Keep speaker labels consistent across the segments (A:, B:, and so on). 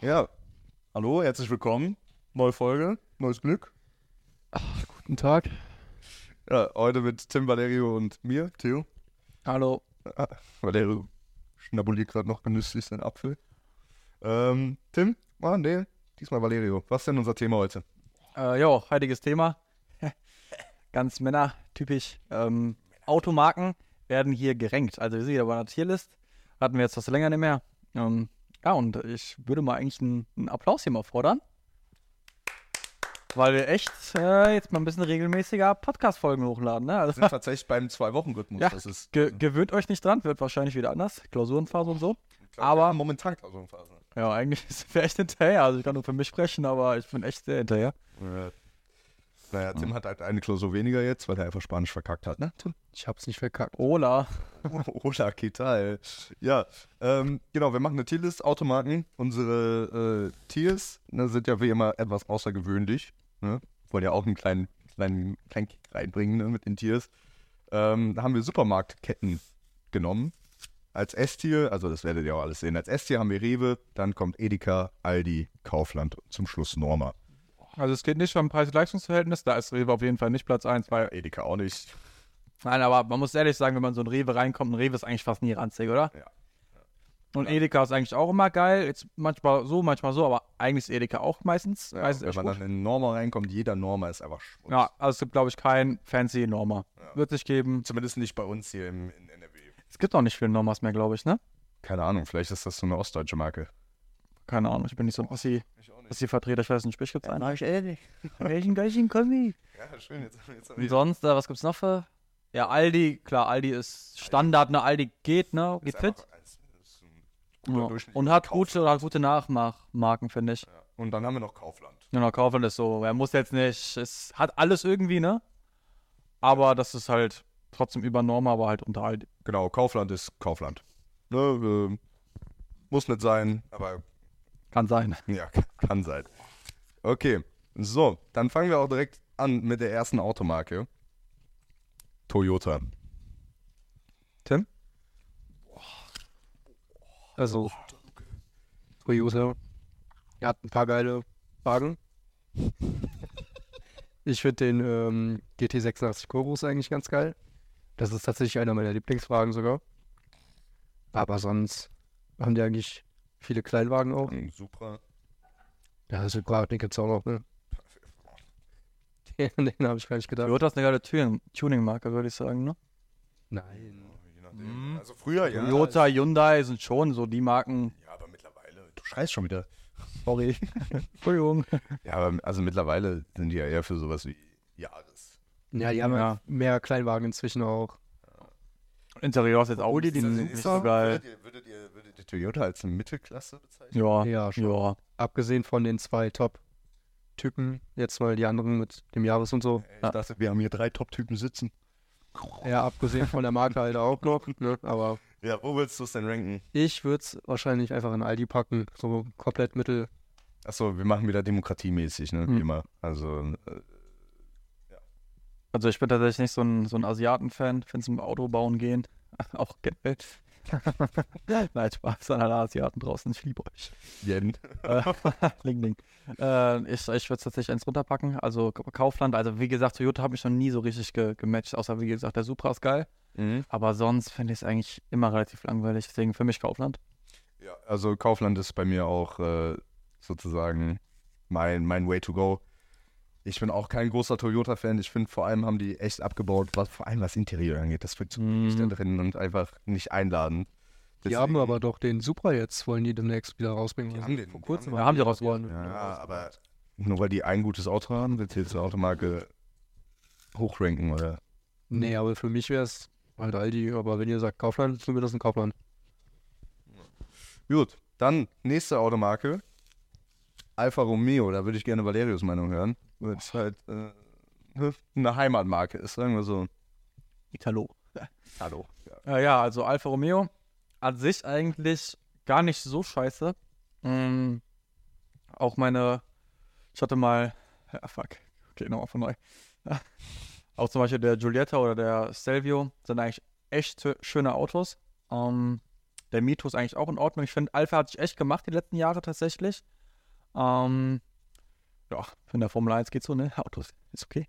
A: Ja, hallo, herzlich willkommen. Neue Folge, neues Glück.
B: Ach, guten Tag.
A: Ja, heute mit Tim, Valerio und mir, Theo.
B: Hallo.
A: Ah, Valerio schnabuliert gerade noch genüsslich seinen Apfel. Ähm, Tim? Ah, nee, diesmal Valerio. Was ist denn unser Thema heute?
B: Äh, jo, heutiges Thema. Ganz männertypisch. Ähm, Automarken werden hier gerankt. Also wir sind hier bei einer Tierlist. Hatten wir jetzt was länger nicht mehr. Ähm, ja, und ich würde mal eigentlich einen, einen Applaus hier mal fordern. Weil wir echt äh, jetzt mal ein bisschen regelmäßiger Podcast-Folgen hochladen. Ne? Also,
A: Wir sind tatsächlich beim Zwei-Wochen-Rhythmus.
B: Ja,
A: das ist
B: ge gewöhnt euch nicht dran, wird wahrscheinlich wieder anders. Klausurenphase und so.
A: aber momentan Klausurenphase.
B: Ja, eigentlich sind wir echt hinterher. Also ich kann nur für mich sprechen, aber ich bin echt sehr hinterher.
A: Naja, Tim hat halt eine Klausur weniger jetzt, weil er einfach Spanisch verkackt hat, ne, Tim?
C: Ich hab's nicht verkackt.
B: Ola.
A: Hola, ¿qué tal? Ja, ähm, genau, wir machen eine Tierlist, Automarken. Unsere äh, Tiers ne, sind ja wie immer etwas außergewöhnlich. Ne? Wollen ja auch einen kleinen, kleinen, kleinen Kick reinbringen ne, mit den Tiers. Ähm, da haben wir Supermarktketten genommen. Als S-Tier, also das werdet ihr auch alles sehen. Als S-Tier haben wir Rewe, dann kommt Edeka, Aldi, Kaufland und zum Schluss Norma.
D: Also es geht nicht um Preis-Leistungs-Verhältnis, da ist Rewe auf jeden Fall nicht Platz 1, weil
A: Edeka auch nicht.
B: Nein, aber man muss ehrlich sagen, wenn man in so ein Rewe reinkommt, ein Rewe ist eigentlich fast nie ranzig, oder?
A: Ja.
B: Und Edeka ist eigentlich auch immer geil. Jetzt manchmal so, manchmal so, aber eigentlich ist Edeka auch meistens.
A: Ja,
B: meistens
A: wenn
B: echt
A: man
B: gut.
A: dann in Norma reinkommt, jeder Norma ist einfach Schmutz.
B: ja also es gibt, glaube ich, kein fancy Norma. Wird sich geben.
A: Zumindest nicht bei uns hier im, in NRW.
B: Es gibt auch nicht viele Normas mehr, glaube ich, ne?
A: Keine Ahnung, vielleicht ist das so eine ostdeutsche Marke.
B: Keine Ahnung, ich bin nicht so ein Ossi- Ossi-Vertreter. Ich weiß nicht, Sprich gibt es einen.
C: ich ehrlich.
B: Welchen geilen Kombi?
A: Ja, schön. Jetzt, jetzt
B: Und sonst, äh, was gibt's noch für? Ja, Aldi, klar, Aldi ist Standard, ne? Aldi geht, ne? Geht fit. Ja. Und hat gute, hat gute Nachmarken, finde ich.
A: Und dann haben wir noch Kaufland.
B: Ja, noch kaufen ist so. Er muss jetzt nicht. Es hat alles irgendwie, ne? Aber das ist halt trotzdem über Norm, aber halt unter all.
A: Genau, Kaufland ist Kaufland. Ne, äh, muss nicht sein, aber
B: Kann sein.
A: ja, kann sein. Okay, so, dann fangen wir auch direkt an mit der ersten Automarke. Toyota.
B: Tim?
C: Also, Toyota hat ein paar geile Wagen. Ich finde den ähm, GT86 Chorus eigentlich ganz geil. Das ist tatsächlich einer meiner Lieblingswagen sogar. Aber sonst haben die eigentlich viele Kleinwagen auch.
A: Ein Supra.
C: Ja, also klar, den gibt's auch noch, ne? Den, den habe ich gar nicht gedacht.
B: Toyota ist eine geile Tü- Tuning-Marke, würde ich sagen, ne?
C: Nein.
A: Je nachdem. Also früher, ja.
B: Toyota, Hyundai sind schon so die Marken.
A: Ja, aber mittlerweile. Du schreist schon wieder.
B: Sorry. Entschuldigung.
A: Ja, aber also mittlerweile sind die ja eher für sowas wie Jahres.
C: Ja, die haben
B: Ja.
C: mehr Kleinwagen inzwischen auch.
B: Interieur ist jetzt auch nicht, nicht so geil.
A: ihr, würdet, ihr, würdet ihr Toyota als eine Mittelklasse bezeichnen?
B: Ja, ja,
C: Ja, schon. Abgesehen von den zwei Top-Typen, jetzt mal die anderen mit dem Jahres und so.
A: Ich dachte, wir haben hier drei Top-Typen sitzen.
C: Ja, abgesehen von der Marke halt auch noch. Ne? Aber
A: Ja, wo willst du es denn ranken?
C: ich würde es wahrscheinlich einfach in Aldi packen. So komplett mittel.
A: Achso, wir machen wieder demokratiemäßig,
C: Hm.
A: ne? Wie immer. Also, äh,
B: Also ich bin tatsächlich nicht so ein, so ein Asiaten-Fan. Ich finde es im Autobauen gehen auch geil. Nein, Spaß an alle Asiaten draußen. Ich liebe euch.
A: Yen.
B: Ding, ding. Äh, ich ich würde es tatsächlich eins runterpacken. Also K- Kaufland, also wie gesagt, Toyota hat mich noch nie so richtig ge gematcht, außer wie gesagt, der Supra ist geil.
C: Mhm.
B: Aber sonst finde ich es eigentlich immer relativ langweilig. Deswegen für mich Kaufland.
A: Ja, also Kaufland ist bei mir auch äh, sozusagen mein, mein Way to go. Ich bin auch kein großer Toyota-Fan. Ich finde, vor allem haben die echt abgebaut, was, vor allem was Interieur angeht. Das wird zu billig da drin und einfach nicht einladend.
C: Mhm. Die haben aber doch den Supra jetzt, wollen die demnächst wieder rausbringen.
A: haben den, die
C: kurzem
B: haben den. Ja, haben die rausgeholt.
C: rausgeholt.
A: Ja, aber nur weil die ein gutes Auto haben, wird jetzt die Automarke hochranken, oder?
C: Nee, aber für mich wäre es halt Aldi. Aber wenn ihr sagt Kaufland, tun wir das in Kaufland.
A: Gut, dann nächste Automarke. Alfa Romeo, da würde ich gerne Valerius Meinung hören. Weil es halt äh, eine Heimatmarke ist, sagen wir so.
B: Italo.
A: Hallo. Ja.
B: Äh, ja, also Alfa Romeo an sich eigentlich gar nicht so scheiße. Mm, auch meine, ich hatte mal, ja fuck, okay, nochmal von neu. auch zum Beispiel der Giulietta oder der Stelvio sind eigentlich echt schö- schöne Autos. Ähm, Der Mito ist eigentlich auch in Ordnung. Ich finde, Alpha hat sich echt gemacht die letzten Jahre tatsächlich. Ähm, ja, in der Formel 1 geht so, ne? Autos ist okay.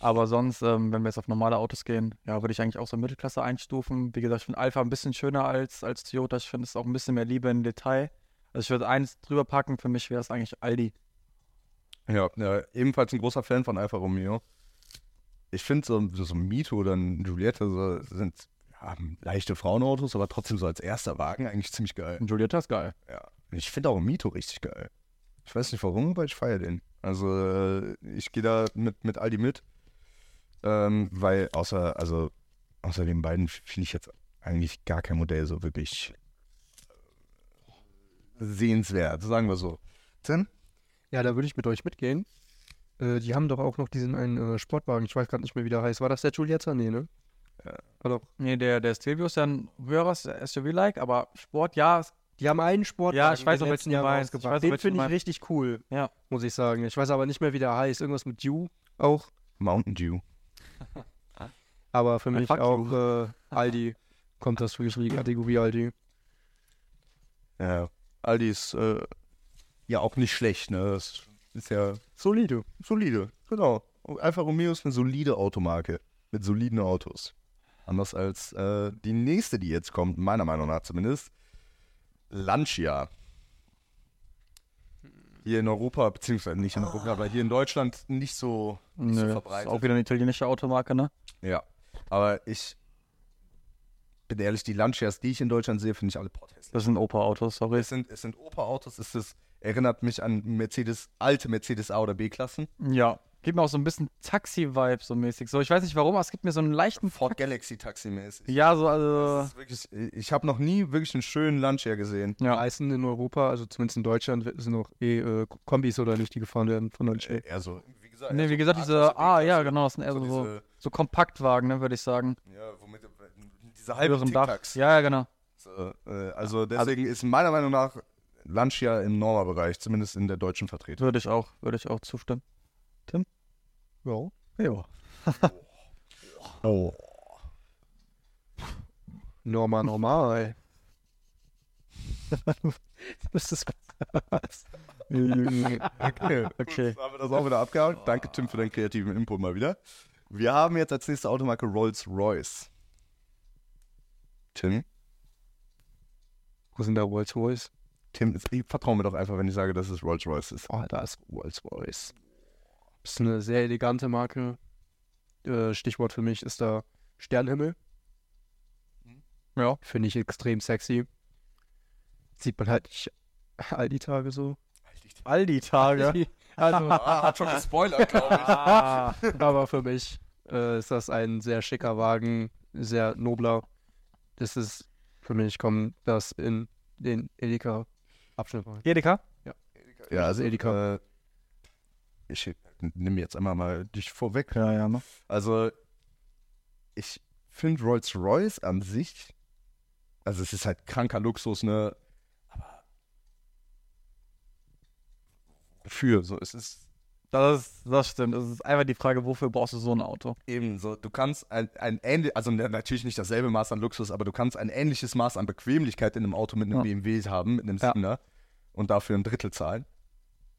B: Aber sonst, ähm, wenn wir jetzt auf normale Autos gehen, ja, würde ich eigentlich auch so Mittelklasse einstufen. Wie gesagt, ich finde Alpha ein bisschen schöner als, als Toyota. Ich finde es ist auch ein bisschen mehr Liebe im Detail. Also ich würde eins drüber packen, für mich wäre es eigentlich Aldi.
A: Ja, ja, ebenfalls ein großer Fan von Alfa Romeo. Ich finde so, so ein Mito oder ein Giulietta so, sind ja, leichte Frauenautos, aber trotzdem so als erster Wagen eigentlich ziemlich geil.
B: Und Giulietta ist geil.
A: Ja. Ich finde auch ein Mito richtig geil. Ich weiß nicht warum, aber ich feiere den. Also äh, ich gehe da mit, mit Aldi mit. Ähm, weil außer, also außer den beiden finde ich jetzt eigentlich gar kein Modell so wirklich äh, sehenswert, sagen wir so. Tim?
C: Ja, da würde ich mit euch mitgehen. Äh, die haben doch auch noch diesen einen äh, Sportwagen. Ich weiß gerade nicht mehr, wie der heißt. War das der Giulietta? Nee, ne? War doch.
B: Nee, der, der Stelvio ist ja ein höheres SUV-like, aber Sport, ja, ist-
C: Die haben einen Sportwagen
B: Ja, ich
C: in
B: weiß,
C: den letzten
B: aber welchen du
C: Jahren
B: meinst. Ich
C: rausgebracht.
B: weiß,
C: Den
B: welchen du
C: finde ich
B: meinst.
C: richtig cool,
B: ja.
C: muss ich sagen. Ich weiß aber nicht mehr, wie der heißt. Irgendwas mit Dew auch.
A: Mountain Dew.
C: Aber für mich
B: fuck
C: auch äh, Aldi. Kommt das für die Kategorie Aldi?
A: Ja. Aldi ist äh, ja auch nicht schlecht, ne? Das ist ja
C: Solide.
A: solide, genau. Alfa Romeo ist eine solide Automarke mit soliden Autos. Anders als äh, die nächste, die jetzt kommt, meiner Meinung nach zumindest, Lancia. Hier in Europa, beziehungsweise nicht in Europa, aber hier in Deutschland nicht so, nicht so
B: Nö, ist
A: verbreitet.
B: auch wieder eine italienische Automarke, ne?
A: Ja, aber ich bin ehrlich, die Lancias, die ich in Deutschland sehe, finde ich alle potthässlich.
B: Das sind Opa-Autos, sorry.
A: Es sind, es sind Opa-Autos, es ist, erinnert mich an Mercedes, alte Mercedes A oder B-Klassen.
B: Ja, gibt mir auch so ein bisschen Taxi-Vibe so mäßig. So, ich weiß nicht warum, aber es gibt mir so einen leichten.
A: Ford Galaxy-Taxi mäßig.
B: Ja, so, also.
A: Wirklich, ich habe noch nie wirklich einen schönen Lancia gesehen.
C: Die
B: Ja,
C: meisten in Europa, also zumindest in Deutschland, sind noch eh äh, Kombis oder nicht, die gefahren werden von Lancia.
A: Eher so, Also, wie gesagt,
B: nee,
A: eher
B: wie
A: so
B: gesagt,
A: A-Klasse,
B: diese. Ah,
A: B-Klasse.
B: ja, genau, das sind eher so,
A: So
B: so,
A: diese-
B: so Kompaktwagen, ne, würde ich sagen.
A: Ja, womit, diese halben
B: Höheren Dach.
A: Tic-Tacs.
B: Ja, ja, genau.
A: So, äh, also deswegen ist meiner Meinung nach Lancia im Norma-Bereich, zumindest in der deutschen Vertretung.
B: Würde ich auch, würde ich auch zustimmen.
C: Ja.
B: Äh, Ja.
A: Oh.
C: Normal, normal. das ist
A: Okay.
B: Okay.
A: Gut, haben wir das auch wieder abgehakt. Danke, Tim, für deinen kreativen Input mal wieder. Wir haben jetzt als nächste Automarke Rolls-Royce. Tim?
C: Wo sind da Rolls Royce?
A: Tim, jetzt- ich vertraue mir doch einfach, wenn ich sage, dass es Rolls-Royce ist.
C: Oh, da ist Rolls Royce. Ist eine sehr elegante Marke. Äh, Stichwort für mich ist da Sternenhimmel.
A: Mhm.
B: Ja.
C: Finde ich extrem sexy. Sieht man halt nicht all die Tage so.
B: All die Tage.
C: Also,
A: Ah, hat schon gespoilert, glaube ich.
B: Ah,
C: aber für mich äh, ist das ein sehr schicker Wagen, sehr nobler. Das ist für mich kommt das in den Edeka Abschnitt rein.
B: Edeka?
A: Ja, also
C: Edeka.
A: Edeka. Äh, ich nehme jetzt einmal mal dich vorweg.
B: Ja, ja, ne?
A: Also, ich finde Rolls-Royce an sich, also es ist halt kranker Luxus, ne? Aber wofür? So, es ist
B: Das, ist, das stimmt. Es ist einfach die Frage, wofür brauchst du so ein Auto?
A: eben so, du kannst ein, ein ähnliches, also na- natürlich nicht dasselbe Maß an Luxus, aber du kannst ein ähnliches Maß an Bequemlichkeit in einem Auto mit einem
B: Ja.
A: BMW haben, mit einem
B: Ja.
A: Siebener und dafür ein Drittel zahlen,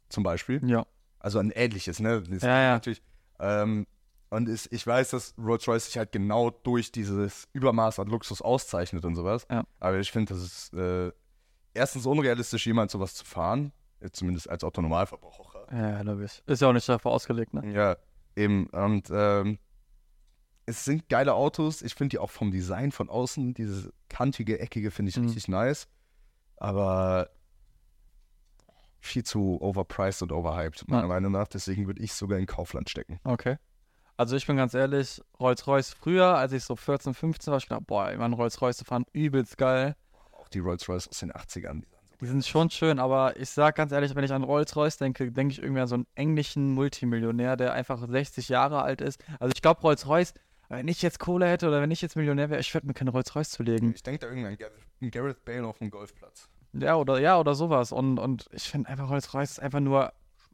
A: zum Beispiel.
B: Ja.
A: Also ein ähnliches, ne? Das
B: Ja, ja.
A: Natürlich. Ähm, und ist, ich weiß, dass Rolls-Royce sich halt genau durch dieses Übermaß an Luxus auszeichnet und sowas.
B: Ja.
A: Aber ich finde, das ist äh, erstens unrealistisch, jemand sowas zu fahren, äh, zumindest als Autonomalverbraucher.
B: Ja, logisch. Ist ja auch nicht dafür ausgelegt, ne?
A: Ja, eben. Und ähm, es sind geile Autos. Ich finde die auch vom Design von außen, dieses kantige, eckige, finde ich
B: Mhm.
A: richtig nice. Aber viel zu overpriced und overhyped, meiner
B: Ja.
A: Meinung nach. Deswegen würde ich sogar in Kaufland stecken.
B: Okay. Also ich bin ganz ehrlich, Rolls-Royce früher, als ich so 14, 15 war, ich gedacht, boah, ich meine, Rolls-Royce zu fahren, übelst geil.
A: Auch die Rolls-Royce aus den 80ern.
B: Die sind schon schön, aber ich sag ganz ehrlich, wenn ich an Rolls-Royce denke, denke ich irgendwie an so einen englischen Multimillionär, der einfach 60 Jahre alt ist. Also ich glaube, Rolls-Royce, wenn ich jetzt Kohle hätte oder wenn ich jetzt Millionär wäre, ich würde mir keinen Rolls-Royce zulegen.
A: Ich denke da irgendwann an Gareth Bale auf dem Golfplatz.
B: Ja, oder ja, oder sowas. Und, und ich finde einfach, Rolls-Royce ist einfach nur,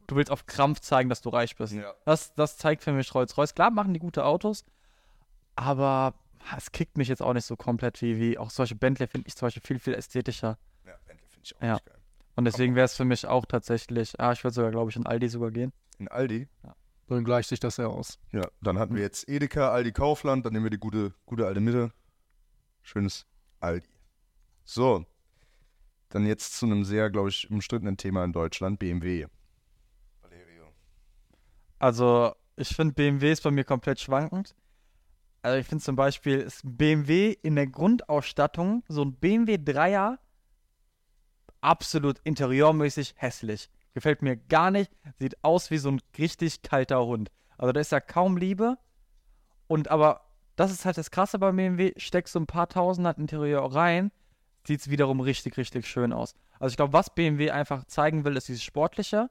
B: du willst auf Krampf zeigen, dass du reich bist.
A: Ja.
B: Das, das zeigt für mich Rolls-Royce. Klar machen die gute Autos, aber es kickt mich jetzt auch nicht so komplett wie, wie auch solche Bentley finde ich zum Beispiel viel, viel ästhetischer.
A: Ja, Bentley finde ich auch
B: Ja.
A: nicht geil.
B: Und deswegen wäre es für mich auch tatsächlich, ah, ich würde sogar, glaube ich, in Aldi sogar gehen.
A: In Aldi?
C: Dann gleicht sich das ja aus.
A: Ja, dann hatten wir jetzt Edeka, Aldi Kaufland, dann nehmen wir die gute, gute alte Mitte. Schönes Aldi. So, dann jetzt zu einem sehr, glaube ich, umstrittenen Thema in Deutschland, BMW. Valerio.
B: Also, ich finde BMW ist bei mir komplett schwankend. Also, ich finde zum Beispiel, ist BMW in der Grundausstattung, so ein BMW 3er, absolut interieurmäßig hässlich. Gefällt mir gar nicht. Sieht aus wie so ein richtig kalter Hund. Also, da ist ja kaum Liebe. Und aber, das ist halt das Krasse bei BMW, steckst so ein paar Tausender Interieur rein, sieht es wiederum richtig, richtig schön aus. Also, ich glaube, was BMW einfach zeigen will, ist dieses Sportliche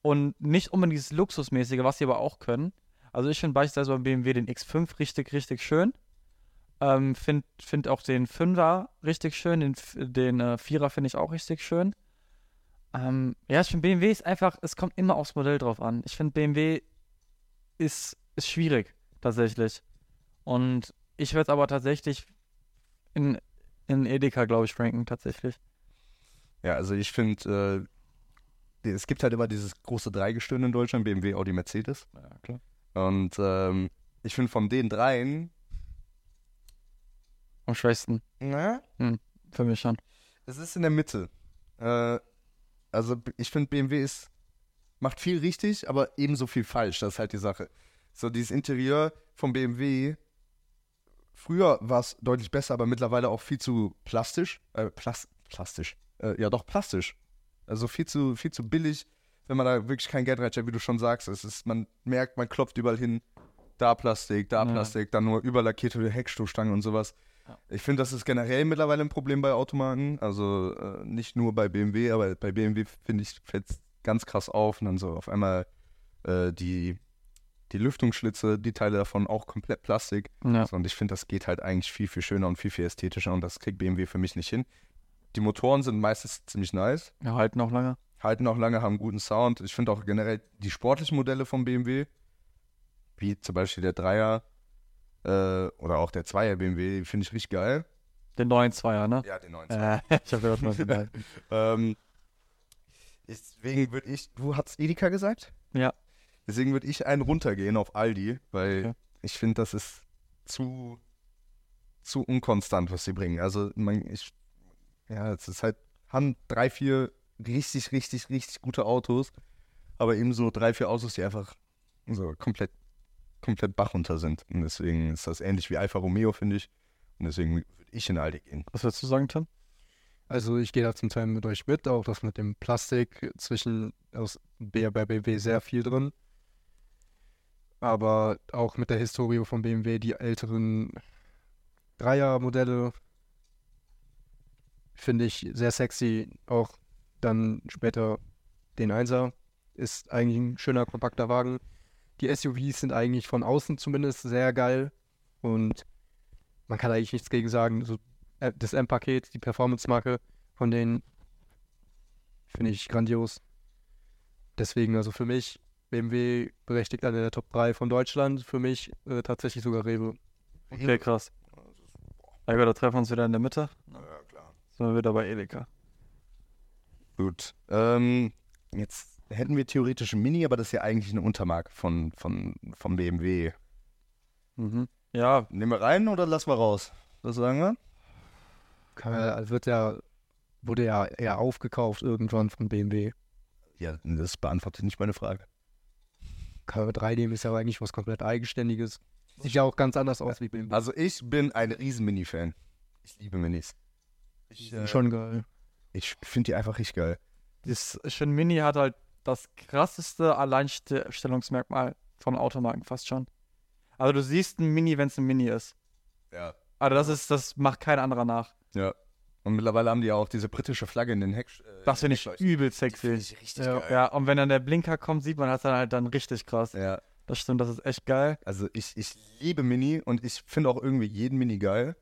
B: und nicht unbedingt dieses Luxusmäßige, was sie aber auch können. Also ich finde beispielsweise beim BMW den X5 richtig, richtig schön. Ähm, finde find auch den 5er richtig schön, den, F- den äh, 4er finde ich auch richtig schön. Ähm, ja, ich finde BMW ist einfach, es kommt immer aufs Modell drauf an. Ich finde BMW ist, ist schwierig, tatsächlich. Und ich werde es aber tatsächlich in, in E Edeka, glaube ich, ranken, tatsächlich.
A: Ja, also ich finde, äh, es gibt halt immer dieses große Dreigestirn in Deutschland, BMW, Audi, Mercedes. Ja,
B: klar.
A: Und ähm, ich finde von den dreien,
B: Am schwächsten,
A: na,
B: für mich schon.
A: es ist in der Mitte. Äh, also b- ich finde, BMW ist, macht viel richtig, aber ebenso viel falsch. Das ist halt die Sache. So dieses Interieur vom BMW, früher war es deutlich besser, aber mittlerweile auch viel zu plastisch. Äh, plas plastisch. Äh, ja, doch, plastisch. Also viel zu, viel zu billig, wenn man da wirklich kein Geld reinsteckt, wie du schon sagst. Es ist, man merkt, man klopft überall hin. Da Plastik, da
B: Ja.
A: Plastik, dann nur überlackierte Heckstoßstangen und sowas. Ich finde, das ist generell mittlerweile ein Problem bei Automarken. Also äh, nicht nur bei BMW, aber bei BMW finde ich, fällt es ganz krass auf. Und dann so auf einmal äh, die, die Lüftungsschlitze, die Teile davon auch komplett Plastik.
B: Ja.
A: So, und ich finde, das geht halt eigentlich viel, viel schöner und viel, viel ästhetischer. Und das kriegt BMW für mich nicht hin. Die Motoren sind meistens ziemlich nice
B: Wir halten auch lange.
A: halten auch lange, haben guten Sound. Ich finde auch generell die sportlichen Modelle von BMW, wie zum Beispiel der Dreier äh, oder auch der Zweier BMW, die finde ich richtig geil.
B: Den neuen Zweier, ne?
A: Ja, den neuen
B: Äh, ich habe gehört, was du meinst.
A: Ähm, deswegen würde ich, du hast Edeka gesagt?
B: Ja.
A: Deswegen würde ich einen runtergehen auf Aldi, weil
B: Okay.
A: ich finde, das ist zu, zu unkonstant, was sie bringen. Also, man, ich, ja, es ist halt, haben drei, vier richtig, richtig, richtig gute Autos, aber eben so drei, vier Autos, die einfach so komplett, komplett Bach runter sind. Und deswegen ist das ähnlich wie Alfa Romeo, finde ich. Und deswegen würde ich in Aldi gehen.
B: Was würdest du sagen, Tim?
C: Also ich gehe da zum Teil mit euch mit, auch das mit dem Plastik zwischen aus B- bei BMW sehr viel drin. Aber auch mit der Historie von BMW, die älteren Dreier-Modelle finde ich sehr sexy. Auch dann später den Einser ist eigentlich ein schöner, kompakter Wagen. Die SUVs sind eigentlich von außen zumindest sehr geil und man kann eigentlich nichts gegen sagen. So äh, das M-Paket, die Performance-Marke von denen finde ich grandios. Deswegen, also für mich, BMW berechtigt eine der Top 3 von Deutschland. Für mich äh, tatsächlich sogar Rewe.
B: Okay, krass. Ja, gut, da treffen wir uns wieder in der Mitte.
A: Ja, klar.
B: Sind wir wieder bei Edeka.
A: Gut. Ähm, jetzt hätten wir theoretisch ein Mini, aber das ist ja eigentlich eine Untermarke von, von, von BMW.
B: Mhm. Ja,
A: Nehmen wir rein oder lassen wir raus? Was sagen wir?
C: Kann, äh, wird ja, wurde ja eher aufgekauft irgendwann von BMW.
A: Ja, das beantwortet nicht meine Frage.
C: K3 nehmen ist ja eigentlich was komplett Eigenständiges. Sieht ja auch ganz anders aus wie BMW.
A: Also ich bin ein riesen Mini-Fan. Ich liebe Minis. Ich, äh,
C: Schon geil.
A: ich finde die einfach richtig geil.
B: das, ich finde, Mini hat halt das krasseste Alleinstellungsmerkmal von Automarken fast schon. Also, du siehst ein Mini, wenn es ein Mini ist.
A: Ja.
B: Also, das ist, das macht kein anderer nach.
A: Ja. Und mittlerweile haben die ja auch diese britische Flagge in den Heck. Äh,
B: Das finde ich übel sexy.
A: richtig
B: Ja, ja, und wenn dann der Blinker kommt, sieht man das dann halt dann richtig krass.
A: Ja.
B: Das stimmt, das ist echt geil.
A: Also ich, ich liebe Mini und ich finde auch irgendwie jeden Mini geil.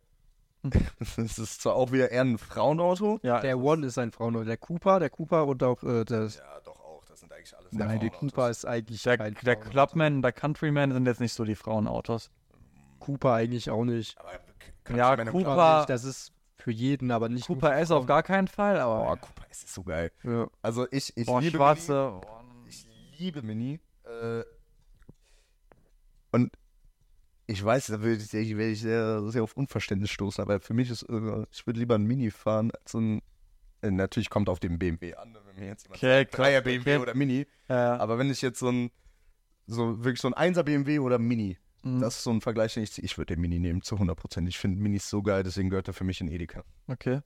A: Das ist zwar auch wieder eher ein Frauenauto.
B: Mhm. Ja,
C: Der One ist ein Frauenauto. Der Cooper, der Cooper und auch äh, das.
A: Ja, doch auch. Das sind eigentlich alles
C: nein, der Cooper ist eigentlich
B: der,
C: kein
B: der
C: Frauenauto.
B: Clubman, der Countryman sind jetzt nicht so die Frauenautos.
C: Cooper eigentlich auch nicht.
A: Kann
B: Ja,
A: ich meine-
B: Cooper-
C: Aber Das ist für jeden, aber nicht
B: Cooper S auf gar keinen Fall, aber
A: Boah, Cooper, Oh, es ist so geil.
C: nur. Ja.
A: Also ich, ich
B: boah,
A: liebe
B: schwarze. boah,
A: Mini. Ich liebe Mini. Äh, und ich weiß, da würde ich, werde ich sehr, sehr auf Unverständnis stoßen, aber für mich ist, äh, ich würde lieber ein Mini fahren als ein. Äh, natürlich kommt auf den BMW an, ne, wenn mir jetzt jemand
B: Okay,
A: sagt, Dreier
B: krass,
A: BMW
B: okay.
A: oder Mini.
B: Ja,
A: Aber wenn ich jetzt so ein, so wirklich so ein Einser BMW oder Mini,
B: Mhm.
A: das ist so ein Vergleich, den ich ziehe. Ich würde den Mini nehmen zu 100%. Ich finde Minis so geil, deswegen gehört er für mich in Edeka.
B: okay.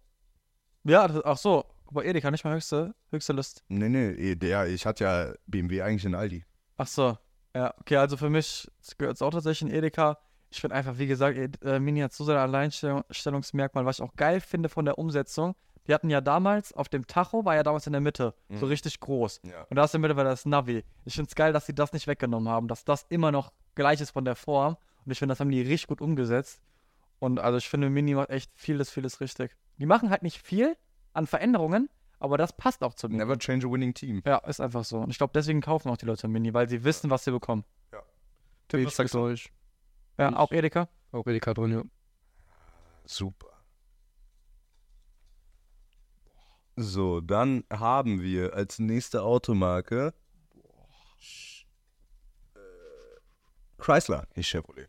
B: Ja, das, ach so, aber Edeka nicht mal höchste, höchste List.
A: Nee, nee, eh, der, ich hatte ja BMW eigentlich in Aldi.
B: Ach so, ja, okay, also für mich gehört es auch tatsächlich in Edeka. Ich finde einfach, wie gesagt, Ed- äh, Mini hat so sein Alleinstellungsmerkmal, was ich auch geil finde von der Umsetzung. Die hatten ja damals, auf dem Tacho war ja damals in der Mitte,
A: Mhm.
B: so richtig groß.
A: Ja.
B: Und da ist in der Mitte war das Navi. Ich finde es geil, dass sie das nicht weggenommen haben, dass das immer noch gleich ist von der Form. Und ich finde, das haben die richtig gut umgesetzt. Und also ich finde, Mini macht echt vieles, vieles richtig. Die machen halt nicht viel an Veränderungen, aber das passt auch zu Mini.
A: Never change a winning team.
B: Ja, ist einfach so. Und ich glaube, deswegen kaufen auch die Leute Mini, weil sie wissen, was sie bekommen.
A: Tipp, was
C: Milch
A: sagst
C: mit
A: du?
C: euch.
B: Ja,
C: Ich-
B: auch Edeka.
C: Auch Edeka drin, ja.
A: Super. So, dann haben wir als nächste Automarke äh, Chrysler, nicht Chevrolet.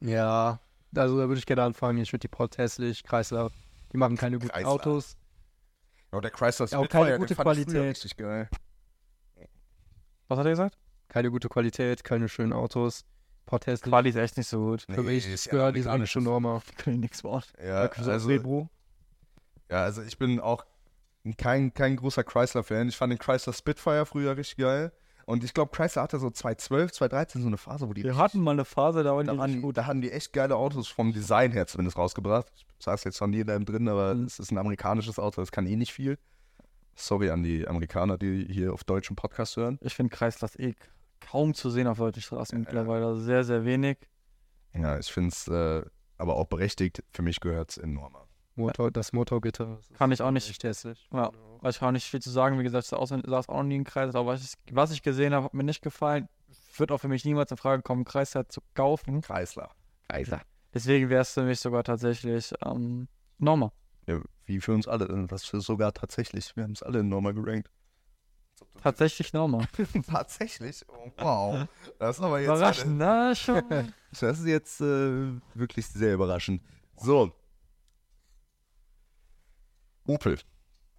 C: Ja, also da würde ich gerne anfangen. Ich finde die Port hässlich, Chrysler. Die machen keine guten
A: Chrysler.
C: Autos.
A: Ja, der Chrysler ist
C: Ja, auch
A: mit
C: keine
A: Feuer, den
C: gute
A: fand ich früher
C: Qualität.
A: Richtig geil.
B: Was hat er gesagt?
C: Keine gute Qualität, keine schönen Autos. Port hässlich.
B: Quali ist echt nicht so gut.
C: Für mich
A: ist ja
C: gehört die eigentlich schon
A: amerikanisches.
C: normal.
B: Ich kann nichts bauen.
A: Ja, also, ja,
C: Rebro.
A: also ich bin auch kein, kein großer Chrysler-Fan. Ich fand den Chrysler Spitfire früher richtig geil. Und ich glaube, Chrysler hatte so 2012, 2013 so eine Phase, wo die
B: Wir hatten mal eine Phase, da waren die
A: Da,
B: richtig
A: waren,
B: gut.
A: da haben die echt geile Autos vom Design her zumindest rausgebracht. Ich sag's jetzt von jedem drin, aber
B: Mhm.
A: es ist ein amerikanisches Auto, das kann eh nicht viel. Sorry an die Amerikaner, die hier auf deutschen Podcast hören.
B: Ich finde Kreislas eh kaum zu sehen auf deutschen Straßen mittlerweile. Also Sehr, sehr wenig.
A: Ja, ich finde es äh, aber auch berechtigt. Für mich gehört's in Norma.
C: Motor, das Motorgitter. Das ist
B: Kann ich auch nicht.
C: Echt hässlich.
B: Ja, weiß ich auch nicht viel zu sagen. Wie gesagt, ich saß auch noch nie im Kreis, aber was ich, was ich gesehen habe, hat mir nicht gefallen. Wird auch für mich niemals in Frage kommen, Kreisler zu kaufen.
A: Chrysler.
B: Deswegen wäre es für mich sogar tatsächlich ähm, Norma.
A: Ja, wie für uns alle. Was für sogar tatsächlich. Wir haben es alle in Norma gerankt.
B: Tatsächlich Norma.
A: tatsächlich? Oh, wow. Das ist aber jetzt.
B: Überraschend, ne? Schon.
A: Das ist jetzt äh, wirklich sehr überraschend. So. Opel.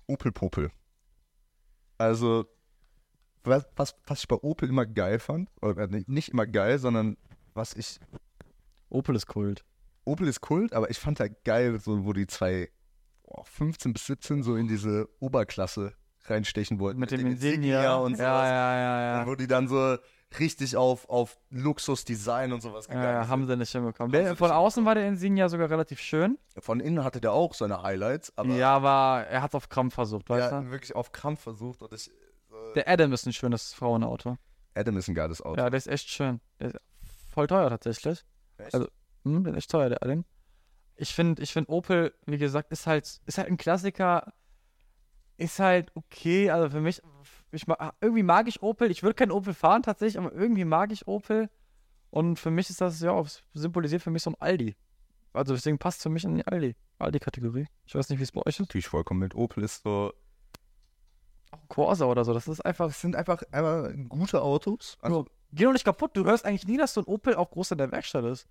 A: Opel Popel. Also, was, was, was ich bei Opel immer geil fand, oder ni- nicht immer geil, sondern was ich.
B: Opel ist Kult.
A: Opel ist Kult, aber ich fand da geil, so, wo die zwei oh, 15 bis 17 so in diese Oberklasse reinstechen wollten.
B: Mit dem Insignia
A: und
B: und
A: so.
B: Ja, ja, ja, ja.
A: Wo die dann so richtig auf, auf Luxusdesign und sowas
B: Ja,
A: gegangen
B: ja,
A: sind.
B: haben sie nicht hinbekommen.
A: Haben sie
B: Der,
A: nicht
B: von außen war der Insignia sogar relativ schön.
A: Von innen hatte der auch seine Highlights, aber
B: ja, aber er hat es auf Krampf versucht,
A: der
B: weißt
A: hat
B: du?
A: wirklich auf Krampf versucht. Und ich,
B: Der Adam ist ein schönes Frauenauto.
A: Adam ist ein geiles Auto.
B: Ja, der ist echt schön. Der ist voll teuer tatsächlich.
A: Echt?
B: Also, hm, der ist echt teuer, der Allen. Ich finde, ich finde Opel, wie gesagt, ist halt, ist halt ein Klassiker. Ist halt okay. Also für mich, ich ma irgendwie mag ich Opel. Ich würde keinen Opel fahren tatsächlich, aber irgendwie mag ich Opel. Und für mich ist das, ja, es symbolisiert für mich so ein Aldi. Also deswegen passt für mich in die Aldi. Aldi-Kategorie. Ich weiß nicht, wie es bei euch ist.
A: natürlich vollkommen mit Opel ist so.
B: Auch Corsa oder so. Das ist einfach.
A: Es sind einfach, einfach gute Autos. Also,
B: Geh doch nicht kaputt. Du hörst eigentlich nie, dass so ein Opel auch groß in der Werkstatt ist.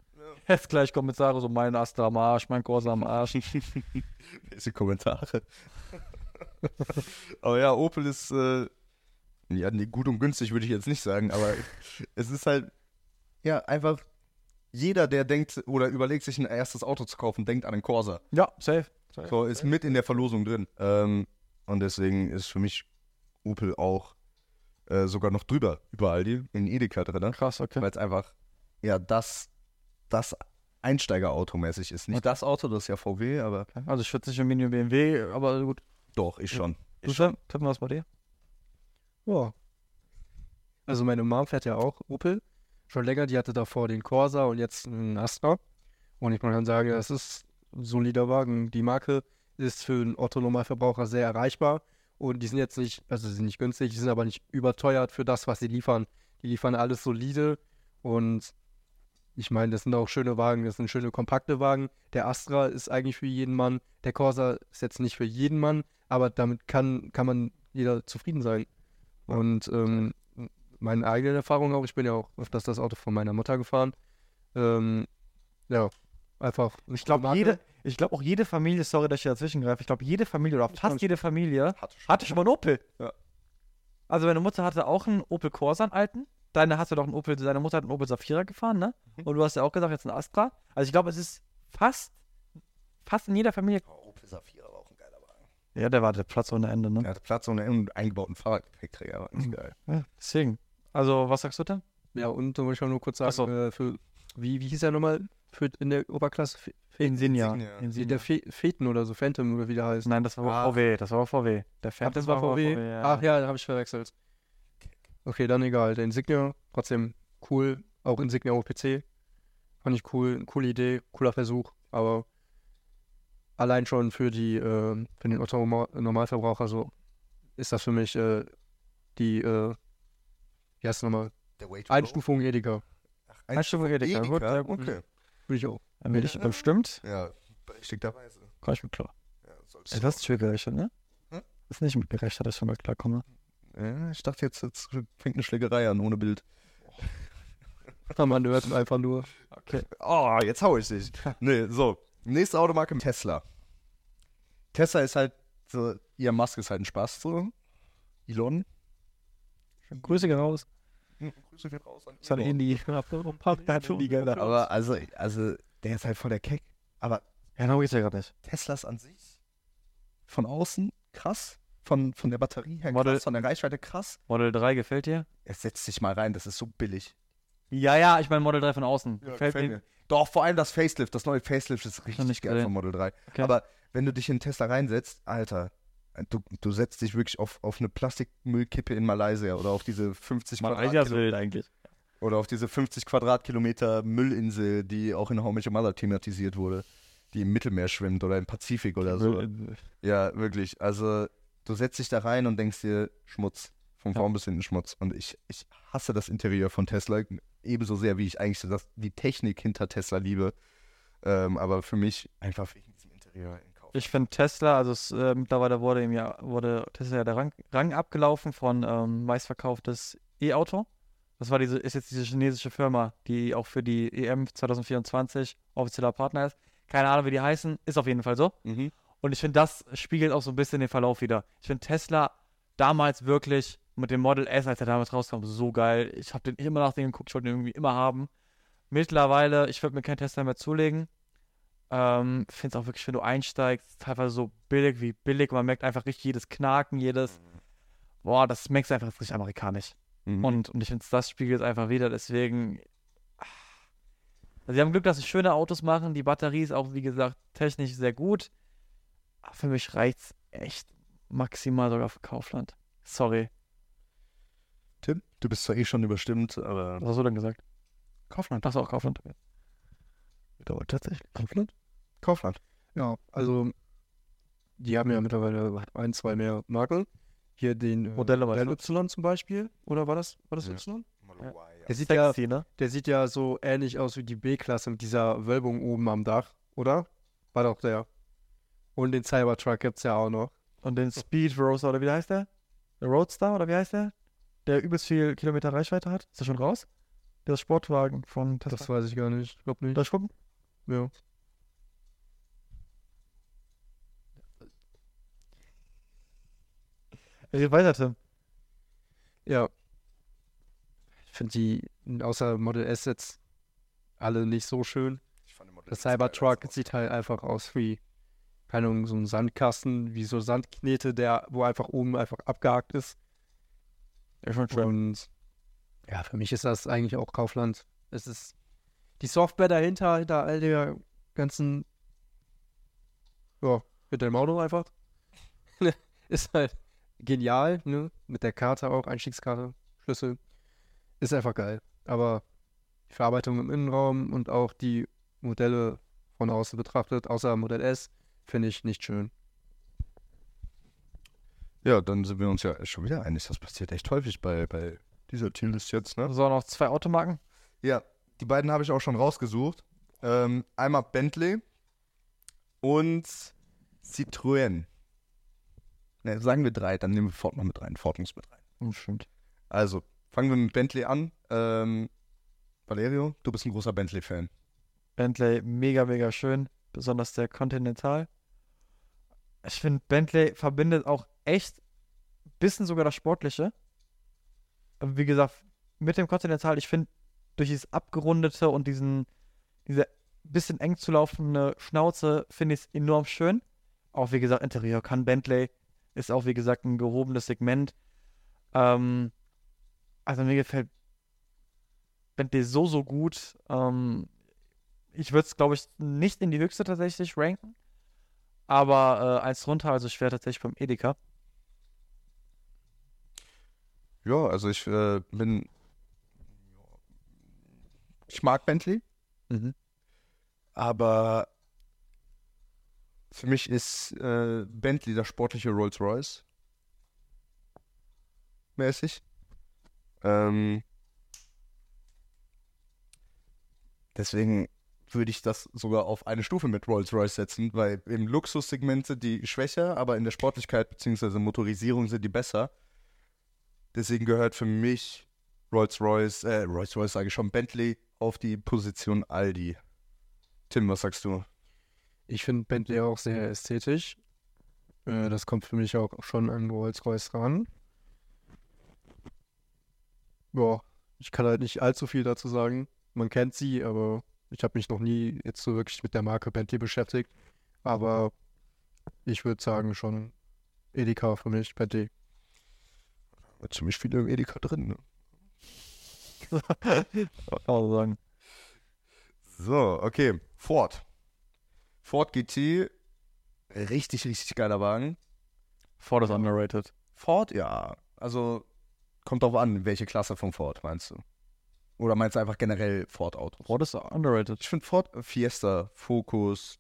B: Jetzt gleich kommt mit Sarah so mein Astra am Arsch, mein Corsa am Arsch.
A: diese Kommentare. aber ja, Opel ist. Äh, ja, nee, gut und günstig würde ich jetzt nicht sagen, aber es ist halt. Ja, einfach. Jeder, der denkt oder überlegt, sich ein erstes Auto zu kaufen, denkt an einen Corsa.
B: ja, safe.
A: So, ist mit in der Verlosung drin. Ähm, und deswegen ist für mich Opel auch äh, sogar noch drüber, über Aldi, in Edeka drin,
B: Krass, okay.
A: weil es einfach ja das, das Einsteigerauto mäßig ist. Nicht das Auto, das ist ja VW, aber
B: Also ich würde nicht im Mini und BMW, aber gut.
A: doch, ich schon.
B: Du Sven, tippen wir was bei dir?
C: Ja. Also meine Mom fährt ja auch Opel. Schon länger, die hatte davor den Corsa und jetzt einen Astra. Und ich kann sagen, das ist ein solider Wagen. Die Marke ist für einen Otto-Normalverbraucher sehr erreichbar. Und die sind jetzt nicht, also sie sind nicht günstig, die sind aber nicht überteuert für das, was sie liefern. Die liefern alles solide und Ich meine, das sind auch schöne Wagen, das sind schöne kompakte Wagen. Der Astra ist eigentlich für jeden Mann. Der Corsa ist jetzt nicht für jeden Mann, aber damit kann, kann man jeder zufrieden sein. Und ähm, meine eigenen Erfahrungen auch, ich bin ja auch öfters das Auto von meiner Mutter gefahren. Ähm, ja, einfach.
B: Ich glaube,
C: Marke.
B: jede, ich glaube auch jede Familie, sorry, dass ich dazwischen greife, ich glaube, jede Familie oder fast
A: glaub,
B: jede Familie
A: Hatte schon.
B: hatte schon mal einen Opel.
A: Ja.
B: Also meine Mutter hatte auch einen Opel Corsa, einen alten. Deine hatte doch einen Opel, deine Mutter hat einen Opel Safira gefahren, ne? Und du hast ja auch gesagt, jetzt einen Astra. Also ich glaube, es ist fast, fast in jeder Familie.
A: Oh, Opel Safira war auch ein geiler Wagen.
B: Ja, der war der Platz ohne Ende, ne?
A: Er hatte Platz und einen eingebauten Fahrradgepäckträger, war ganz geil.
B: Ja, deswegen. Also, was sagst du denn?
C: Ja, und da wollte ich auch nur kurz sagen,
B: so.
C: äh, für, wie, wie hieß er nochmal für, in der Oberklasse? Fe-
B: Insignia.
A: Insignia.
C: Der Fe Feten oder so, Phantom oder wie der heißt.
B: Nein, das war
A: Ah.
B: VW, das war VW. Der
C: Ach,
B: Phantom
C: das war VW. Ach ja, da habe ich verwechselt. Okay, dann egal. Der Insignia, trotzdem cool. Auch Insignia auf PC. Fand ich cool. Coole Idee, cooler Versuch. Aber allein schon für die, äh, für den Otto Normalverbraucher so ist das für mich äh, die, äh, wie heißt es nochmal?
A: Der Way to
C: Einstufung Edeka.
A: Go.
B: Ein Stufe Edeka, gut,
A: Edeka?
B: sehr gut.
A: Okay.
C: Würde ich auch.
B: Dann bin ich bestimmt.
A: Ja, berechtigterweise.
B: Komm ich mit klar.
A: Ja, solltest
B: Ey,
A: du
B: du hast nicht mitgerechnet, ne?
A: Hm?
B: Ist nicht mitgerechnet, dass ich schon mal klarkomme.
A: Ja, ich dachte jetzt, jetzt fängt eine Schlägerei an ohne Bild.
C: Man hört einfach nur.
A: Oh, jetzt hau ich dich. nee, so. Nächste Automarke Tesla. Tesla ist halt so, ihr Musk ist halt ein Spaß so. Elon.
B: Grüße gehen raus.
A: Hm, Grüße gehen raus an
B: Ist an Indie. Hat Indie Gelder. Aber
A: Aber also, also, der ist halt voll der Keck. Aber
B: ja, darum geht's ja gerade nicht.
A: Teslas an sich von außen krass, von, von der Batterie her
B: Model-
A: krass, von der Reichweite krass.
B: Model 3 gefällt dir?
A: Es setzt sich mal rein, das ist so billig.
B: Ja, ja, ich meine Model 3 von außen.
A: Ja,
B: gefällt
A: gefällt
B: mir.
A: mir. Doch, vor allem das Facelift, das neue Facelift ist richtig
B: nicht
A: geil
B: gesehen.
A: von Model 3.
B: Okay.
A: Aber wenn du dich in Tesla reinsetzt, Alter, du, du setzt dich wirklich auf, auf eine Plastikmüllkippe in Malaysia oder auf diese 50
B: Malaysia
A: Quadratkilometer
B: wild eigentlich.
A: oder auf diese 50 Quadratkilometer Müllinsel, die auch in How Much Mother thematisiert wurde, die im Mittelmeer schwimmt oder im Pazifik oder
B: Also,
A: so.
B: äh,
A: Ja, wirklich. Also, du setzt dich da rein und denkst dir, Schmutz. Von vorn bis hinten Schmutz. Und ich, ich hasse das Interieur von Tesla ebenso sehr, wie ich eigentlich so das, die Technik hinter Tesla liebe. Ähm, aber für mich einfach wegen diesem Interieur in Kauf.
B: Ich finde Tesla, also es, äh, mittlerweile wurde ihm ja, wurde Tesla ja der Rang, Rang abgelaufen von ähm, meistverkauftes E-Auto. Das war diese, ist jetzt diese chinesische Firma, die auch für die EM 2024 offizieller Partner ist. Keine Ahnung, wie die heißen, ist auf jeden Fall so.
A: Mhm.
B: Und ich finde, das spiegelt auch so ein bisschen den Verlauf wieder. Ich finde Tesla damals wirklich mit dem Model S, als er damals rauskam, so geil. Ich habe den immer nach dem geguckt, ich wollte den irgendwie immer haben. Mittlerweile, ich würde mir keinen Tesla mehr zulegen. Ähm, finde es auch wirklich, wenn du einsteigst, teilweise so billig wie billig. Man merkt einfach richtig jedes Knacken, jedes. Boah, das merkst du einfach, das ist richtig amerikanisch.
A: Mhm.
B: Und, und ich finde, das spiegelt es einfach wieder. Deswegen. ah. Also, sie haben Glück, dass sie schöne Autos machen. Die Batterie ist auch, wie gesagt, technisch sehr gut. Aber für mich reicht es echt maximal sogar für Kaufland. Sorry.
A: Tim, du bist zwar eh schon überstimmt, aber.
B: Was hast du denn gesagt? Kaufland. Das ist auch Kaufland.
A: Dauert tatsächlich. Kaufland? Kaufland.
C: Ja, also die haben ja mittlerweile ein, zwei mehr Marken. Hier den äh,
B: Modelle, meinst
C: Modell Y zum Beispiel, oder war das, war das
A: Ja.
C: Y?
A: Model Y,
C: Der sieht, ja,
B: Sexy, ne?
C: der sieht ja so ähnlich aus wie die B-Klasse mit dieser Wölbung oben am Dach, oder? War doch der. Und den Cybertruck gibt's ja auch noch.
B: Und den Speed Roadster, oder wie heißt der? Der Roadster, oder wie heißt der? Der übelst viel Kilometer Reichweite hat. Ist der schon raus? Der Sportwagen von Tesla.
C: Das weiß ich gar nicht. Glaub nicht.
B: Darf ich gucken?
C: Ja.
B: Red Äh, weiter, Tim.
C: Ja. Ich finde die außer Model S jetzt alle nicht so schön.
A: Ich fand den Model
C: Der
A: S geiler
C: Cybertruck
A: als
C: sieht halt einfach aus wie, keine Ahnung, so ein Sandkasten, wie so Sandknete, der, wo einfach oben einfach abgehakt ist.
B: Ist schon
C: Und ja, für mich ist das eigentlich auch Kaufland. Es ist die Software dahinter, hinter all der ganzen, ja, hinter dem Auto einfach. ist halt genial, ne? Mit der Karte auch, Einstiegskarte, Schlüssel. Ist einfach geil. Aber die Verarbeitung im Innenraum und auch die Modelle von außen betrachtet, außer Modell S, finde ich nicht schön.
A: Ja, dann sind wir uns ja schon wieder einig. Das passiert echt häufig bei, bei dieser Tierlist jetzt, ne?
B: So, noch zwei Automarken.
A: Ja, Die beiden habe ich auch schon rausgesucht. Ähm, einmal Bentley und Citroën. Ne, sagen wir drei, dann nehmen wir Ford mal mit rein. Ford muss mit rein.
B: Hm, stimmt.
A: Also, fangen wir mit Bentley an. Ähm, Valerio, du bist ein großer Bentley-Fan.
B: Bentley mega, mega schön, besonders der Continental. Ich finde, Bentley verbindet auch echt ein bisschen sogar das Sportliche. Aber Wie gesagt, mit dem Continental, ich finde, durch dieses abgerundete und diesen, diese bisschen eng zu laufende Schnauze, finde ich es enorm schön. Auch wie gesagt, Interieur kann Bentley, ist auch wie gesagt ein gehobenes Segment. Ähm, also mir gefällt Bentley so, so gut. Ähm, ich würde es, glaube ich, nicht in die höchste tatsächlich ranken. Aber äh, eins runter, also ich wäre tatsächlich beim Edeka.
A: Ja, also ich äh, bin. Ich mag Bentley.
B: Mhm.
A: Aber für mich ist äh, Bentley das sportliche Rolls Royce. Mäßig. Ähm, deswegen würde ich das sogar auf eine Stufe mit Rolls Royce setzen, weil im Luxussegment sind die schwächer, aber in der Sportlichkeit bzw. Motorisierung sind die besser. Deswegen gehört für mich Rolls Royce, äh, Rolls Royce sage ich schon, Bentley auf die Position Aldi. Tim, was sagst du?
C: Ich finde Bentley auch sehr ästhetisch. Äh, das kommt für mich auch schon an Rolls Royce ran. Ja, ich kann halt nicht allzu viel dazu sagen. Man kennt sie, aber ich habe mich noch nie jetzt so wirklich mit der Marke Bentley beschäftigt. Aber ich würde sagen, schon Edeka für mich, Bentley.
A: Ziemlich viele im Edeka drin, ne?
B: Also sagen.
A: So, okay. Ford. Ford GT. Richtig, richtig geiler Wagen.
B: Ford ist underrated.
A: Ford, ja. Also, kommt drauf an, welche Klasse von Ford meinst du? Oder meinst du einfach generell Ford-Autos?
B: Ford ist underrated.
A: Ich finde Ford Fiesta, Focus,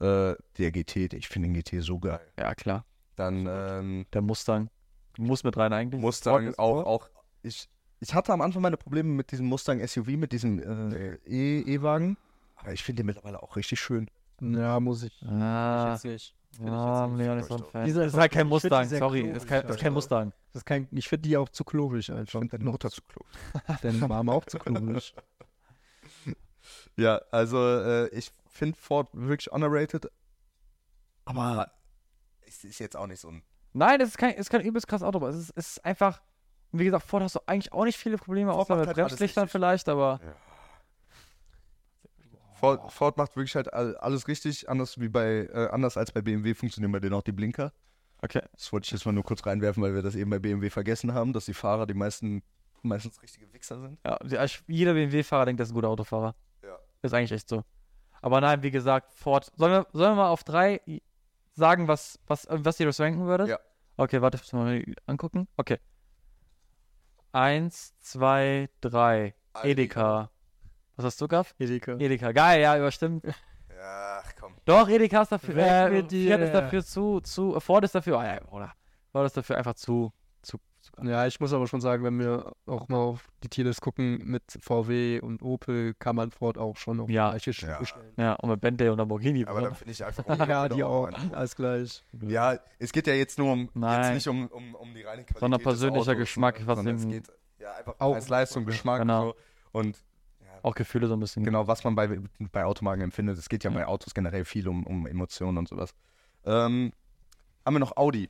A: äh, der GT, ich finde den GT so geil.
B: Ja, klar.
A: Dann ähm,
B: Der Mustang. Muss mit rein eigentlich. Ford
A: Mustang
B: ist
A: auch, auch ich, ich hatte am Anfang meine Probleme mit diesem Mustang SUV, mit diesem äh, E- E-Wagen. Aber ich finde den mittlerweile auch richtig schön.
C: Ja, muss ich.
B: Ah,
C: nicht.
B: ah Leon ist so ein Fan.
C: Dieser
B: Das
C: ist
B: ist halt
C: ich
B: kein
C: find
B: Mustang,
C: die sehr
B: sorry.
C: klobig,
B: Das ist kein, das ist kein
C: Alter.
B: Mustang.
C: Das ist kein, ich finde die auch zu klobig einfach.
A: den Motor zu klug.
C: Deine Mama auch zu klobig.
A: Ja, also äh, ich finde Ford wirklich underrated. Aber es ist jetzt auch nicht so ein.
B: Nein, das ist kein, ist kein übelst krasses Auto, aber es ist, es ist einfach. Und wie gesagt, Ford hast du eigentlich auch nicht viele Probleme,
A: Ford
B: außer
A: macht
B: mit
A: halt alles
B: Bremslichtern
A: richtig.
B: vielleicht, aber
A: Ford, Ford macht wirklich halt all- alles richtig, anders wie bei äh, anders als bei BMW funktionieren bei denen auch die Blinker.
B: Okay.
A: Das wollte ich jetzt mal nur kurz reinwerfen, weil wir das eben bei BMW vergessen haben, dass die Fahrer die meisten meistens richtige Wichser sind.
B: Ja, die- ich- jeder BMW-Fahrer denkt, das ist ein guter Autofahrer.
A: Ja.
B: Ist eigentlich echt so. Aber nein, wie gesagt, Ford. Sollen wir, sollen wir mal auf drei i- sagen, was, was, äh, was ihr das ranken würdet?
A: Ja.
B: Okay, warte, ich muss mal angucken. Okay. Eins, zwei, drei.
A: E
B: Edeka. Was hast du, Gaff?
C: Edeka.
B: Edeka. Geil, ja, überstimmt.
A: Ach komm.
B: Doch, Edeka ist dafür.
C: Weg
B: Äh,
C: mit dir.
B: Fiat ist dafür zu, zu. Ford ist dafür. Ah, ja, oder? Ford ist dafür einfach zu. zu, zu
C: Ja, ich muss aber schon sagen, wenn wir auch mal auf die Tierlist gucken, mit VW und Opel kann man Ford auch schon auf die
B: Ja.
C: gleiche Stufe
A: Ja.
C: stellen.
B: ja, und mit Bentley und Lamborghini.
A: Aber
B: Bruder.
A: dann finde ich einfach.
C: Ja, die
A: genau.
C: auch. Alles gleich.
A: Ja, es geht ja jetzt nur um jetzt
B: Nein.
A: nicht um, um, um die reine Qualität.
B: Sondern
A: des
B: persönlicher
A: Autos,
B: Geschmack,
A: ne?
B: was
A: sondern es
B: im-
A: geht ja einfach
C: Auch-
A: als Leistung, Geschmack
B: Genau.
A: so. und
B: Auch Gefühle so ein bisschen.
A: genau, was man bei, bei Automarken empfindet. Es geht ja, bei Autos generell viel um, um Emotionen und sowas. Ähm, haben wir noch Audi?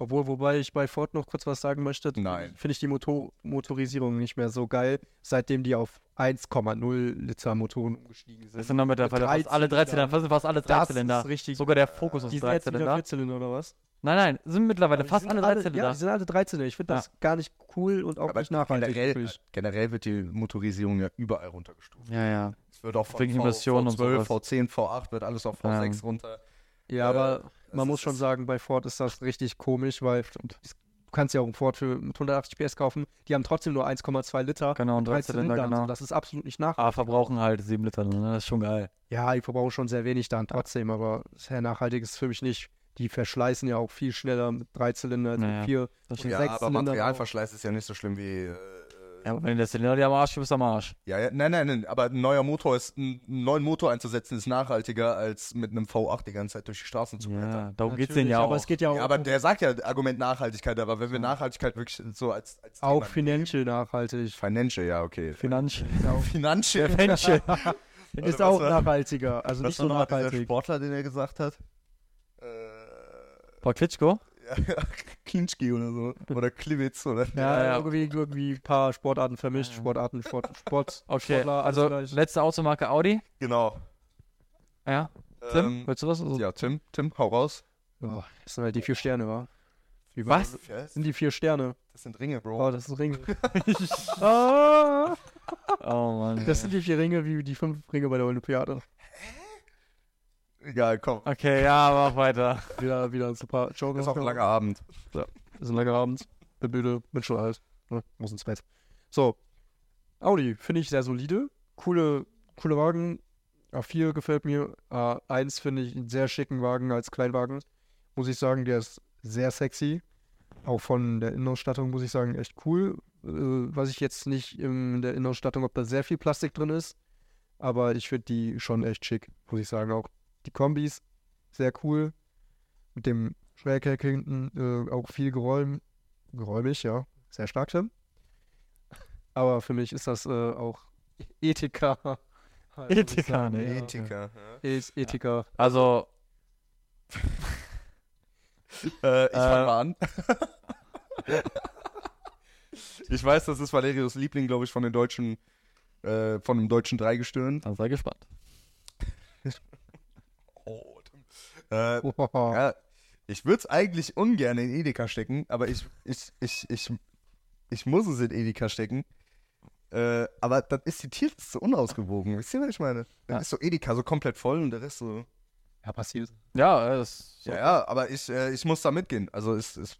C: Obwohl, wobei ich bei Ford noch kurz was sagen möchte.
A: Nein.
C: Finde ich die Motor Motorisierung nicht mehr so geil, seitdem die auf 1,0 Liter Motoren umgestiegen
B: Das
C: sind.
B: sind noch mit der
C: Mit
B: Fall. Fast alle
C: Dreizylinder.
B: Dreizylinder, fast, fast alle Dreizylinder.
C: ist richtig.
B: Sogar der Fokus
C: die
B: ist
C: sind jetzt wieder
B: Dreizylinder.
C: Vierzylinder oder was?
B: Nein, nein, sind mittlerweile
C: Die
B: fast
C: sind
B: alle
C: Ja,
B: Dreizylinder.
C: die sind alle 13. Ich finde das gar nicht cool und auch nicht nachhaltig.
A: generell,
C: wirklich.
A: generell wird die Motorisierung ja überall runtergestuft.
B: Ja, ja.
A: Es wird auch von
B: Wegen
A: v,
B: Emissionen und
A: V12,
B: sowas.
A: V10, V8 wird alles auf V6 runter.
B: Äh,
C: Ja, aber
A: Das
C: Man
A: ist-
C: muss schon
A: das-
C: sagen, bei Ford ist das richtig komisch, weil es- du kannst ja auch einen Ford für mit 180 PS kaufen. Die haben trotzdem nur 1,2 Liter.
B: Genau, und Dreizylinder,
C: Zylinder und so.
B: genau.
C: Das ist absolut nicht nach.
B: Aber verbrauchen halt sieben Liter, ne? Das ist schon geil.
C: Ja, die verbrauchen schon sehr wenig dann trotzdem, aber sehr nachhaltig ist es für mich nicht. Die verschleißen ja auch viel schneller mit drei Zylinder als
B: Naja.
C: mit vier.
B: Das
C: Und
B: stimmt.
A: Ja,
C: sechs
A: aber
C: Zylinder
A: Materialverschleiß ist ja nicht so schlimm wie äh, äh,
B: Ja, aber wenn der Zylinder dir am Arsch ist, bist du am Arsch.
A: Ja, ja, nein, nein, nein, aber ein neuer Motor ist, einen neuen Motor einzusetzen, ist nachhaltiger, als mit einem V8 die ganze Zeit durch die Straßen zu brettern.
B: Ja, darum geht's denen ja
E: aber
B: auch.
E: es geht ja auch
A: Ja, aber der sagt ja Argument Nachhaltigkeit, aber wenn wir Nachhaltigkeit wirklich so als, als
C: Auch
A: Thema-
C: finanziell nachhaltig.
A: Financial, ja, okay.
B: Finanz.
A: Financial.
E: Menschen. ist
A: was
E: auch
A: war-
E: nachhaltiger, also nicht
A: Was
E: so
A: war nochmal dieser
E: nachhaltig.
A: Sportler, den er gesagt hat? Äh,
B: Paul Klitschko?
A: ja, Klinski oder so. Oder Klivitz oder.
C: Ja,
B: Ja, ja.
C: irgendwie irgendwie ein paar Sportarten vermischt, Sportarten, Sport, Sport.
B: Okay,
C: Sportler, alles
B: also
C: gleich.
B: letzte Automarke Audi.
A: Genau.
B: Ja, Tim,
A: Ähm,
B: willst du was? Also, genau.
A: ja, Tim, Tim, hau raus.
C: Oh, das sind halt die vier Sterne, wa?
B: was?
C: Das
A: Das
C: sind die vier Sterne.
A: sind Ringe, Bro.
C: Oh, das ist ein Ring. ah,
B: Oh Mann.
C: das sind die vier Ringe wie die fünf Ringe bei der Olympiade.
A: Egal, komm.
B: Okay, ja, mach weiter.
C: Wieder, wieder ein super Joker.
A: Das ist auch ein langer Abend.
C: Ist ein langer Abend. Bin müde, bin schon alt. Ne? Muss ins Bett. So. Audi finde ich sehr solide. Coole, coole Wagen. A4 gefällt mir. A1 finde ich einen sehr schicken Wagen als Kleinwagen. Muss ich sagen, der ist sehr sexy. Auch von der Innenausstattung muss ich sagen, echt cool. Äh, weiß ich jetzt nicht in der Innenausstattung, ob da sehr viel Plastik drin ist. Aber ich finde die schon echt schick, muss ich sagen. Auch die Kombis, sehr cool. Mit dem Schrägheck hinten äh, auch viel geräum geräumig, ja. Sehr stark, Tim. Aber für mich ist das äh, auch Ethiker. Halt, muss ich
B: Ethiker,
C: sagen,
B: ne?
C: ja.
A: Ethiker.
C: Ist Ethiker.
B: Also,
A: Äh, ich fang
B: Äh,
A: mal an. ich weiß, das ist Valerius Liebling, glaube ich, von den deutschen, äh, von dem deutschen Dreigestirn.
B: dann sei gespannt.
A: Oh, äh,
C: Ohoho.
A: ja, ich würde es eigentlich ungern in Edeka stecken, aber ich, ich, ich, ich, ich muss es in Edeka stecken. Äh, aber dann ist die Tierliste unausgewogen. Wisst ihr, was ich meine? Dann
B: Ja.
A: ist so Edeka so komplett voll und der Rest so.
C: Ja, passiert.
B: Ja, das
A: Ja, ja, aber ich, äh, ich muss da mitgehen. Also es, es,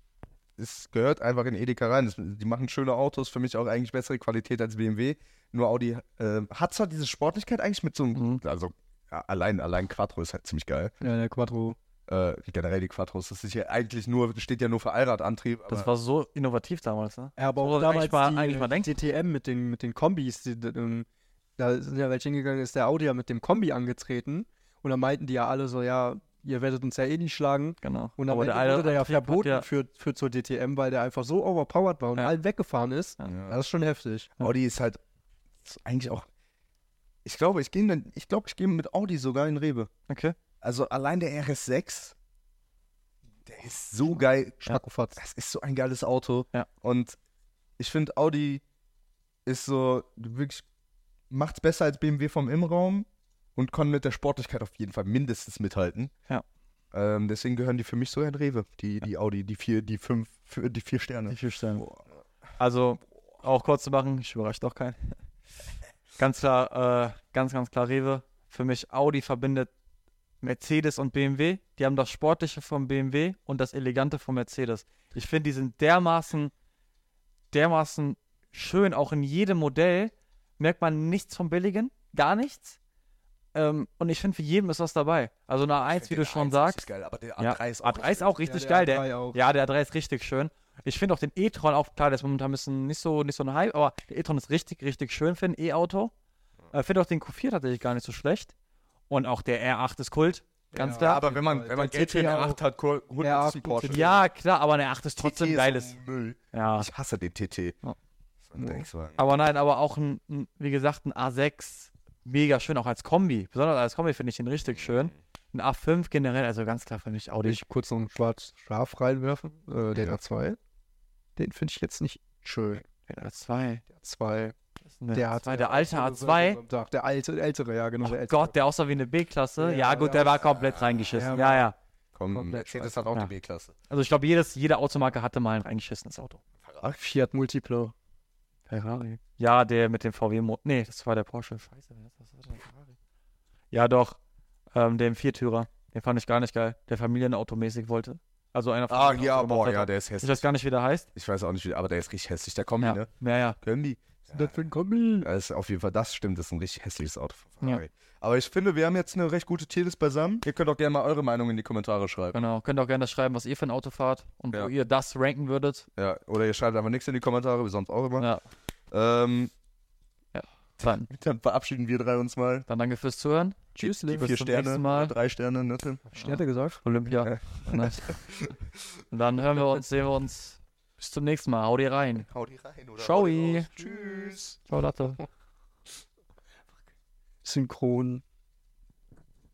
A: es gehört einfach in Edeka rein. Es, die machen schöne Autos, für mich auch eigentlich bessere Qualität als BMW. Nur Audi äh, hat zwar diese Sportlichkeit eigentlich mit so einem, also ja, allein, allein Quattro ist halt ziemlich geil.
C: Ja, der Quattro.
A: Äh, generell die Quattros, das ist ja eigentlich nur, steht ja nur für Allradantrieb. Aber
B: das war so innovativ damals, ne?
E: Ja, aber
B: So
E: auch
B: muss man
E: damals
B: eigentlich mal-
E: die
B: eigentlich mal
E: äh,
B: denken.
E: DTM mit den, mit den Kombis, die, die, ähm,
C: Da sind ja welche hingegangen, ist der Audi ja mit dem Kombi angetreten. Und dann meinten die ja alle so, ja, ihr werdet uns ja eh nicht schlagen.
B: Genau.
C: Und dann
B: Aber
C: wurde der
B: der
C: ja
B: Allradantrieb hat
C: verboten
B: ja-
C: für, für zur DTM, weil der einfach so overpowered war und
B: Ja.
C: allen weggefahren ist.
A: Ja.
C: Das ist schon heftig.
A: Audi ist halt ist eigentlich auch. Ich glaube, ich gehe in- ich glaube, ich gehe mit Audi sogar in Rewe.
B: Okay.
A: Also allein der RS6, der ist so geil.
C: Schmackofatz.
A: das ist so ein geiles Auto.
B: Ja.
A: Und ich finde, Audi ist so wirklich, macht's besser als BMW vom Innenraum und kann mit der Sportlichkeit auf jeden Fall mindestens mithalten.
B: Ja.
A: Ähm, deswegen gehören die für mich so in Rewe, die, die Audi, die vier, die fünf, für die vier Sterne.
B: Die vier Sterne. Also, auch kurz zu machen, ich überrasche doch keinen. ganz klar, äh, ganz, ganz klar Rewe. Für mich Audi verbindet Mercedes und BMW. Die haben das Sportliche vom BMW und das Elegante vom Mercedes. Ich finde, die sind dermaßen, dermaßen schön. Auch in jedem Modell merkt man nichts vom Billigen, gar nichts. Ähm, und ich finde, für jeden ist was dabei. Also eine A1, wie du schon sagst.
A: Geil, aber der
B: Ja,
A: A3 ist auch
B: A3 ist auch richtig
C: Ja,
B: geil.
C: der
B: Der,
C: A3 auch.
B: Ja, der A3 ist richtig schön. Ich finde auch den e-tron auch, klar, der ist momentan ein bisschen nicht so, nicht so ein Hype, aber der e-tron ist richtig, richtig schön für ein E-Auto. Äh, finde auch den Q4 tatsächlich gar nicht so schlecht. Und auch der R8 ist Kult, ganz
A: Ja,
B: klar.
A: aber wenn man, wenn man
C: Der
A: Geld für den
C: TT auch.
A: R8 hat, cool, holt
C: R8
A: man sich einen Porsche.
B: ja, klar, aber der R8 ist
A: TT
B: trotzdem
A: ist
B: geiles.
A: so Müll.
B: Ja.
A: Ich hasse den TT.
B: Ja.
A: So ein Dreckswagen.
B: Aber nein, aber auch ein, ein wie gesagt, ein A6, mega schön, auch als Kombi. Besonders als Kombi finde ich den richtig schön. Ein A5 generell, also ganz klar für mich Audi.
C: ich kurz noch einen schwarz Schaf reinwerfen? Äh, den
A: Ja.
C: A2. Den finde ich jetzt nicht schön.
B: Der A2.
C: Der A2.
B: Der,
C: hat
B: A2,
C: ja
B: der alte
C: auch so
B: A2.
C: am Dach. Der alte, ältere, ja, genau.
B: Oh
C: der ältere.
B: Gott, der aussah wie eine B-Klasse.
C: Ja,
B: Ja, gut,
C: ja.
B: der war komplett reingeschissen.
C: Ja.
B: Ja, ja.
A: Komm,
C: komplett
A: Mercedes hat auch
B: Ja.
A: die B-Klasse.
B: Also ich glaube, jedes, jede Automarke hatte mal ein reingeschissenes Auto.
C: Fiat Multiplo.
B: Ferrari. Ja, der mit dem VW-Motor. Nee, das war der Porsche. Scheiße, wer ist das? Das war der Ferrari. Ja, doch. Ähm, den Viertürer. Den fand ich gar nicht geil. Der Familienautomäßig wollte. Also einer
A: Ah,
B: den
A: ja,
B: Auto
A: boah,
B: gemacht
A: ja,
B: hat.
A: der ist
B: Ich
A: hässlich.
B: weiß gar nicht, wie der heißt.
A: Ich weiß auch nicht, wie, aber der ist richtig hässlich. Der Kombi,
B: Ja,
A: ne?
B: ja. ja.
A: Können die?
C: Was ist denn das für ein Kombi?
A: Das ist auf jeden Fall, das stimmt, das ist ein richtig hässliches Auto von
B: Ja.
A: Ferrari. Aber ich finde, wir haben jetzt eine recht gute Tierlist beisammen. Ihr könnt auch gerne mal eure Meinung in die Kommentare schreiben.
B: Genau. Könnt auch gerne das schreiben, was ihr für ein Auto fahrt und
A: Ja.
B: wo ihr das ranken würdet.
A: Ja, oder ihr schreibt einfach nichts in die Kommentare, wie sonst auch immer.
B: Ja.
A: Ähm,
B: Dann,
A: dann verabschieden wir drei uns mal.
B: dann danke fürs Zuhören.
C: Tschüss,
A: Die
C: Leben.
A: vier
B: bis zum
A: Sterne,
B: nächsten Mal.
A: drei Sterne, ne, Tim?
C: Schnell hat er gesagt.
B: Olympia. Und dann hören wir uns, sehen wir uns. Bis zum nächsten Mal. Hau dir rein.
A: Hau die rein, oder?
B: Ciao.
A: Hau die raus. Tschüss.
B: Ciao, Latte.
C: Synchron.